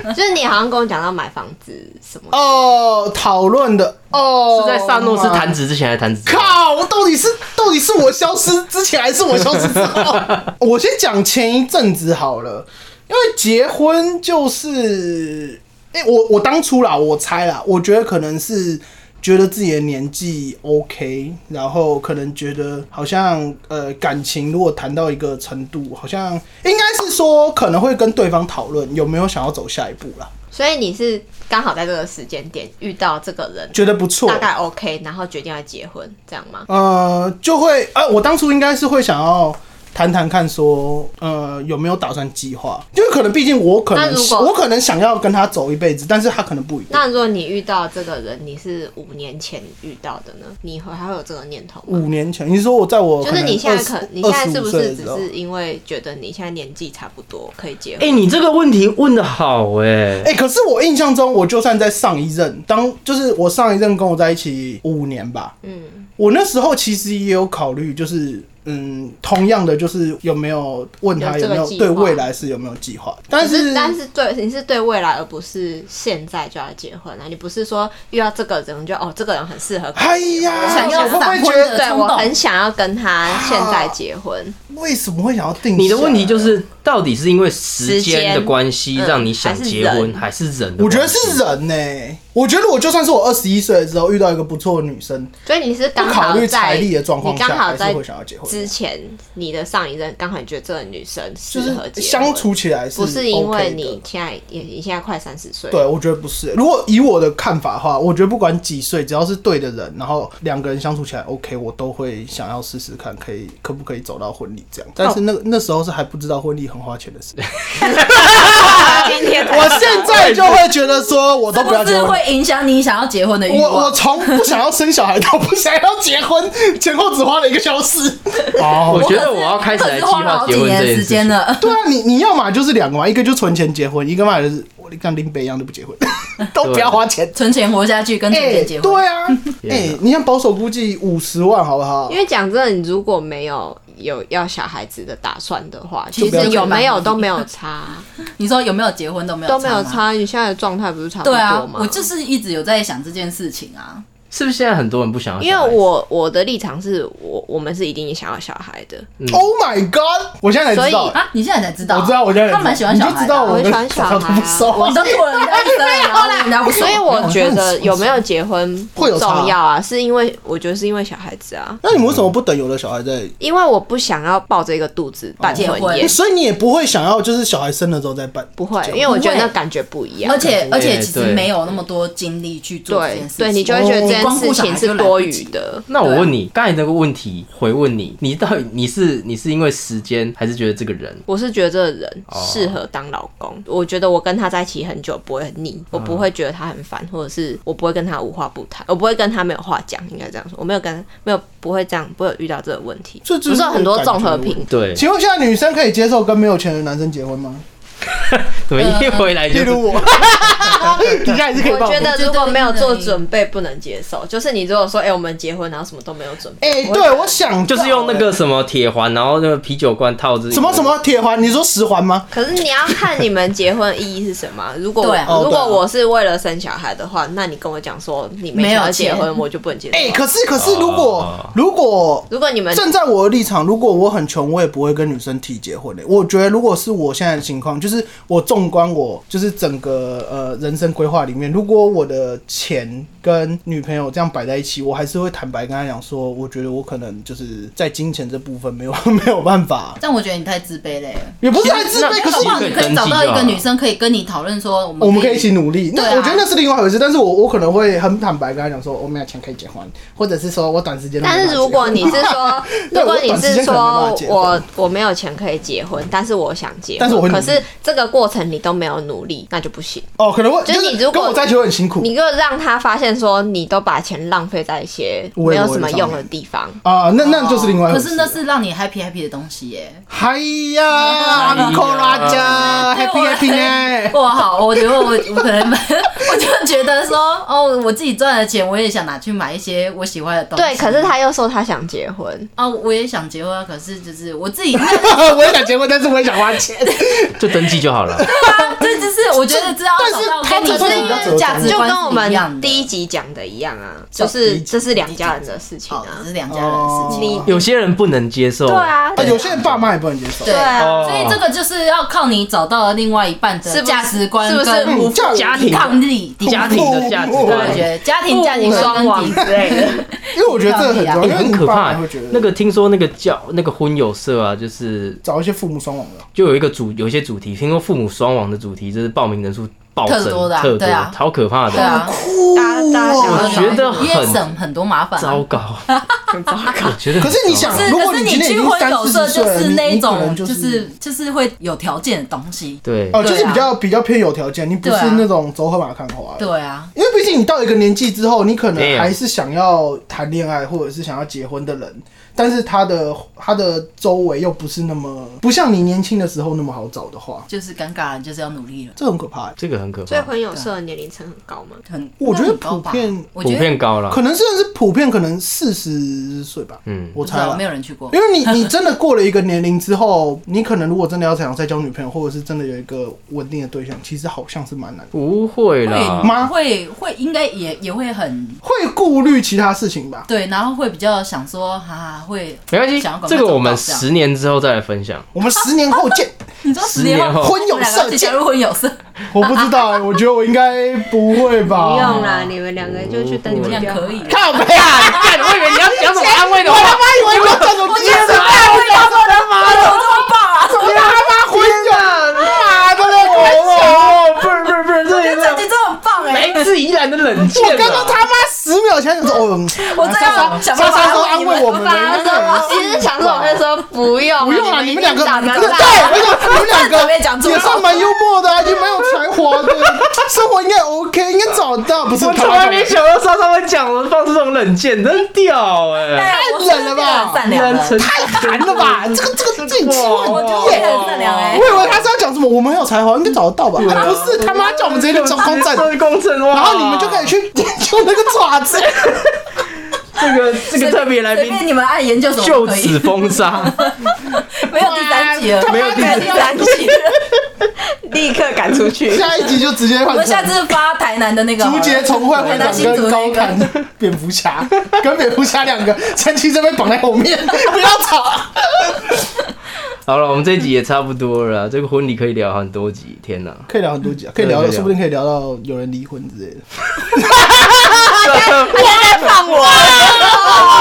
前。就是你好像跟我讲到买房子什么，哦，讨论的哦， 是在萨诺斯弹指之前还是弹指之后？靠！我到底是到底是我消失之前，还是我消失之 后？我先讲前一阵子好了，因为结婚就是，哎、我我当初啦，我猜啦，我觉得可能是觉得自己的年纪 OK，然后可能觉得好像呃感情如果谈到一个程度，好像应该是说可能会跟对方讨论有没有想要走下一步啦，所以你是刚好在这个时间点遇到这个人，觉得不错，大概 OK，然后决定要结婚，这样吗？呃，就会呃，我当初应该是会想要谈谈看说，呃，有没有打算计划？因为可能毕竟我可那能如果我可能想要跟他走一辈子，但是他可能不一定。那如果你遇到这个人，你是五年前遇到的呢，你会还会有这个念头吗？五年前，你说我在我就是你现在可，你现在是不是只二是因为觉得你现在年纪差不多可以结婚？哎，你这个问题问的好哎，哎、可是我印象中，我就算在上一任，当就是我上一任跟我在一起五年吧，嗯，我那时候其实也有考虑，就是嗯，同样的就是有没有问他有这有个没有计对划未来是有没有计划，但但是是但是对你是对未来，而不是现在就要结婚啊！你不是说遇到这个人就哦，这个人很适合跟我哎结婚呀，想要我会不会闪婚觉得的对冲我动很想要跟他现在结婚，为什么会想要定下来？你的问题就是，到底是因为时时间间的关系嗯让你想结婚，还还是人？我觉得是。人呢、我觉得我就算是我二十一岁的时候遇到一个不错的女生，所以你是刚不考好虑在财力的状况你下刚好还在是会想要结婚之前你的上一任刚好你觉得这个女生适就是合结婚相，处起来不是因 OK 为的你现在也你现在快三十岁，对，我觉得不是。如果以我的看法的话，我觉得不管几岁，只要是对的人，然后两个人相处起来 OK，我都会想要试试看，可以可不可以走到婚礼这样。但是那、那时候是还不知道婚礼很花钱的 事。 今天才我现在就会觉得说，我都这不要不结是婚。会影响你想要结婚的欲我我望？从不想要生小孩到不想要结婚，前后只花了一个小时。哦我觉得我要开始可来是计花了划好结几婚年的这件时事情间。了，对啊，你你要嘛就是两个嘛，一个就存钱结婚，一个嘛就是我像林北一样就不结婚， 都啊不要花钱。存钱活下去跟存哎、钱结婚。对啊，哎、天哪你像保守估计五十万好不好因？为讲真的，你如果没有有要小孩子的打算的话，就其不要实有没去有办都没有 差，你说有没有结婚都没有都没有吗。差。你现在的状态不是差不对多啊吗？，我就是一直有在想这件事情啊。是不是现在很多人不想要因小孩？为我我的立场是我我们是一定想要小孩的，嗯 Oh my god！我现在才知道所以，啊，你现在才知道？我知道，我现在才他蛮喜欢小孩的啊，你就知道我我们很喜欢小孩啊不收啊你都做了人家一生了，然后人家不爽所以我觉得有没有？有结婚不会有差重要啊，是因为我觉得是因为小孩子 啊，那你们为什么不等有了小孩再？因为我不想要抱着一个肚子办结婚婚宴，所以你也不会想要就是小孩生了之后再办？不会，因为我觉得不会那感觉不一样而。且而且其实对没有那么多精力去做这对件事情，对，你就会觉得这件哦光顾事小情孩就是来不多余及。的。那啊我问你，刚才那个问题回问你，你到底你是你是因为时间，还是觉得这个人？我是觉得这个人哦适合当老公，我觉得我跟他在一起很久不会很嗯腻，我不会觉得他很烦，或者是我不会跟他无话不谈，我不会跟他没有话讲，应该这样说，我没有跟没有不会这样，不会有遇到这个问题，这不就是是有很多感觉综合评对，请问现在女生可以接受跟没有钱的男生结婚吗？怎么一呃回来例就如是我，底下也是可以我帮觉得觉得如果没有做对准备，不能接受。就是你如果说，哎、我们结婚，然后什么都没有准备，哎、我会对，我想就是用那个什么铁环，然后那个啤酒罐套着什么什么铁环，你说十环吗？可是你要看你们结婚意义是什 么。如果我、对啊哦如对啊果我是为了生小孩的话，那你跟我讲说你没没有想要结钱婚，我就不能接受。哎、可是可是，如果、哦如果如果你们站在我的立场，如果我很穷，我也不会跟女生提结婚的、欸我觉得如果是我现在的情况，就是我纵观我就是整个呃人生规划里面，如果我的钱跟女朋友这样摆在一起，我还是会坦白跟她讲说，我觉得我可能就是在金钱这部分没有 没有办法，但我觉得你太自卑嘞。也不是太自卑，那可搞是不好其实你可可以以找到一登记就好个女生可以跟你讨论说，我们我们可以一起努力。那对啊我觉得那是另外一回事，但是我我可能会很坦白跟他讲说，我没有钱可以结婚，或者是说我短时间。但是如果你是 说，对如果你我短时是间可能没办说法结婚我我没有钱可以结婚，但是我想结婚，但是我会努可力是这个过程你都没有努力，那就不行。哦，可能会就是你如果跟我在一起会很辛苦你如果让他发现说你都把钱浪费在一些无没谓有的什么上用面的地方，啊，那那就是另外一回哦可事。是那是让你 happy happy 的东西耶。嗨呀，Uncle Raja，Happy 我 Happy 呢？我好，我觉得我我可能 我就觉得说，哦，我自己赚的钱，我也想拿去买一些我喜欢的东西。对。可是他又说他想结婚，啊，我也想结婚啊，可是就是我自己，哎 我也想结婚，但是我也想花钱。就登记就好了。 这只是我觉得这要但是找到他跟你这个比较折的中价值就观跟我是一样们的。第一集讲的一样啊，是啊就是第一集这是两家人的事情哦，啊这。是两家人的事情。你有些人不能接受，对，啊，啊有些人爸妈也不能接受。对啊，哦所以这个就是要靠你找到另外一半的是不是价值观是不是跟嗯教育家抵庭抗力、抵家抗庭力。的价值对对，我啊觉观。得家庭价值观双亡跟之类的，因为我觉得这个很重要，欸因为很你可爸怕妈会觉得那个听说那个教那个婚友社啊，就是找一些父母双亡的，就有一个主有一些主题，听说父母双亡的主题，就是报名人数暴增，特多的啊特对啊超可怕对的，啊，大家大家想要我觉得很因为省很多麻烦啊。糟 糕，很糟糕。我觉得可很糟糕。是你想是，如果可是你今天已去经婚三友四社十岁就了，是你那你可能种就就是就是会有条件的东西。对，哦，就是对啊比较比较偏有条件，你不对是啊那种走河马看花。对啊，因为毕竟你到一个年纪之后，你可对能啊还是想要谈恋爱或者是想要结婚的人，但是他的他的周围又不是那么不像你年轻的时候那么好找的话，就是尴尬了，就是要努力了。这很可怕欸、这个很可所以怕，婚友社的年龄层很高吗？很，我觉得那很高吧普遍我普觉得遍高了可。能甚至普遍可能四十岁吧，嗯我不猜知道啦没有人去过因。为你你真的过了一个年龄之后，你可能如果真的要想再交女朋友，或者是真的有一个稳定的对象，其实好像是蛮难的，不会啦，吗会会应该也也会很会顾虑其他事情吧。对，然后会比较想说哈会没关系想要，赶快这个找我们到这样十年之后再来分享。我们十年后见，你知道十年后婚友社加见。入婚友社，我不知道、欸，我觉得我应该不会吧。不用啦，你们两个就去登我记们就俩好哦可 以。靠背啊！干，我以为你要讲什么安慰的我他妈以为我这种精神，哎，我想说他妈怎的，么这么棒啊！我他妈婚的，妈的那个哦不是不是不 是，我觉得这集真的很棒哎、来自宜兰的冷箭啊。我刚刚他妈十秒前想说，嗯，我这样想莎办莎都法安慰我们了，反对正我其实想说，我会说不用啊，不用啊，你一们两定个，长得对，大我想你们两这准备讲个出口也算蛮幽默的、啊，也蛮有才华的，生活应该 OK，应该找到，不是？我从来没想到莎莎会讲我放出这种冷箭，真屌哎、哎我太冷了吧真的很善良然了，成太寒了吧？这个这个这奇我怪觉的得我也耶！很善良哎我。以为他是要讲什么，我们很有才华，应该找得到吧？哎不是，他妈叫我们直接去找公证，做公正哇！然后你们就可以去研究那个爪子。这个这个特别来随宾便你们爱研究什么都就可以此封杀，没有第三集了，对啊没 有第三集了。立刻赶出 去。下一集就直接换 我成们下次发台南的那个好竹了节重会会台南新长竹跟高那谈个。蝙蝠侠，跟蝙蝠侠两个陈其这被绑在后面，不要吵。好了，我们这集也差不多了啦，这个婚礼可以聊很多集，天哪，可以聊很多集啊，可以聊对可以，聊说不定可以聊到有人离婚之类的。放我！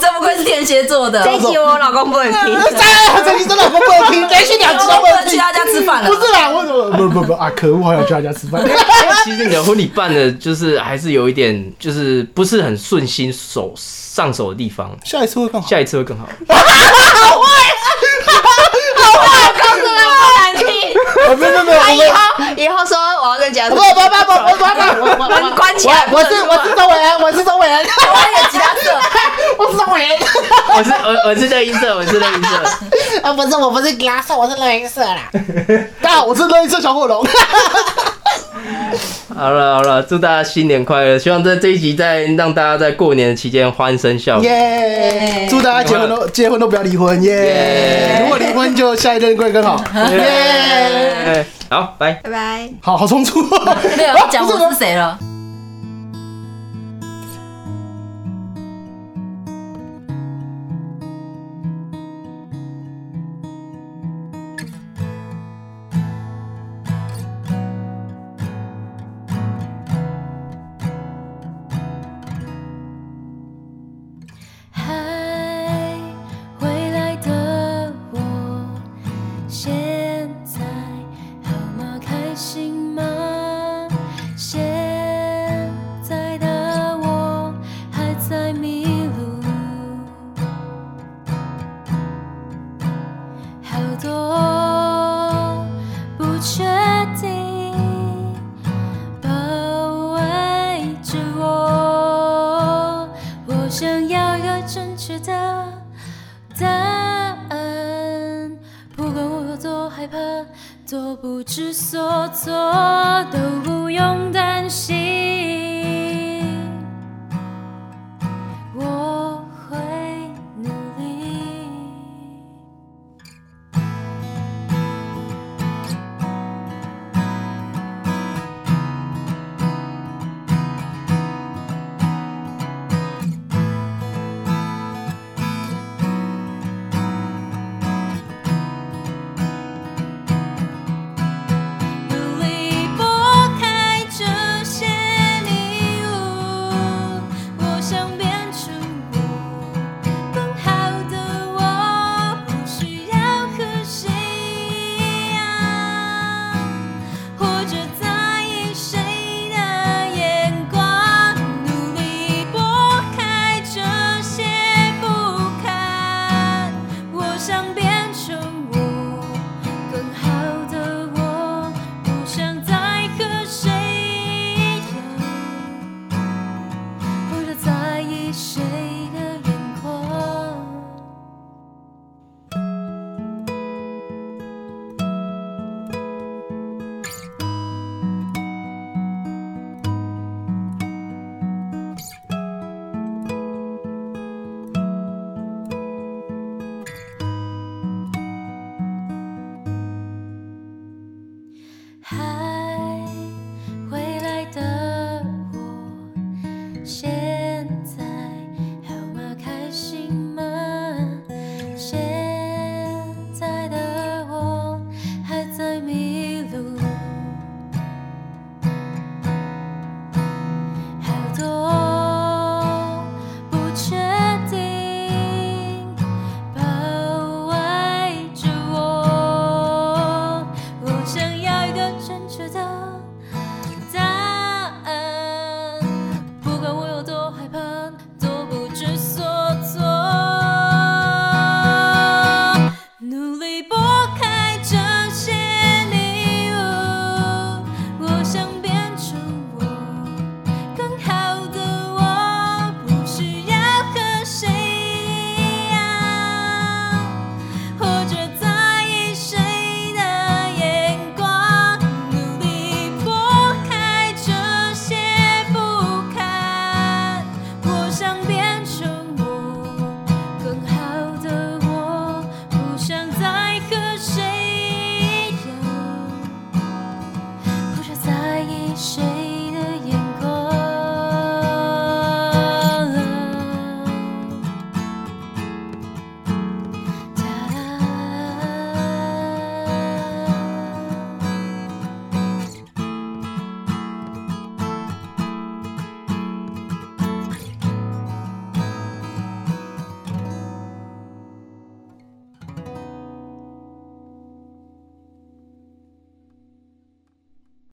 这不愧是天蝎座的，这一集我老公不能 听。哎，陈其真老公不能听，连续两集都我不能们去听。他家吃饭了不。是啦，我怎么不不不啊？可恶，好想去他家吃饭。其实你的婚礼办的，就是还是有一点，就是不是很顺心手上手的地方，下一次会更好。下一次会更好。我告诉他不能听。啊没有没有没有，他以我后 以后说我要跟家不长不不不不不不不门关起来。我是我是周伟安，我是周伟安，我也有其他色，我是周伟安。我是我我是乐音社，我是乐音社，啊，不是，我不是拉色，我是乐音社啦。大家好，我是乐音社小火龙。好了好了，祝大家新年快乐！希望在这一集在让大家在过年期间欢声笑语。耶！祝大家结婚都结婚都不要离婚，耶！如果离婚就下一任会更好，耶！哎 好，拜。拜拜。好好冲突，啊 没有啊讲我哦是谁了。嗨，未来的我，现在好吗？开心吗？现在的我还在迷路，好多不确定包围着我。我想要有正确的答案，不管我有多害怕，多不知所措，都不用担心，我会努力。努力拨开这些迷雾，我想变出更好的我，不需要和谁一样，或者在意谁的眼光。努力拨开这些不堪，我想变成我。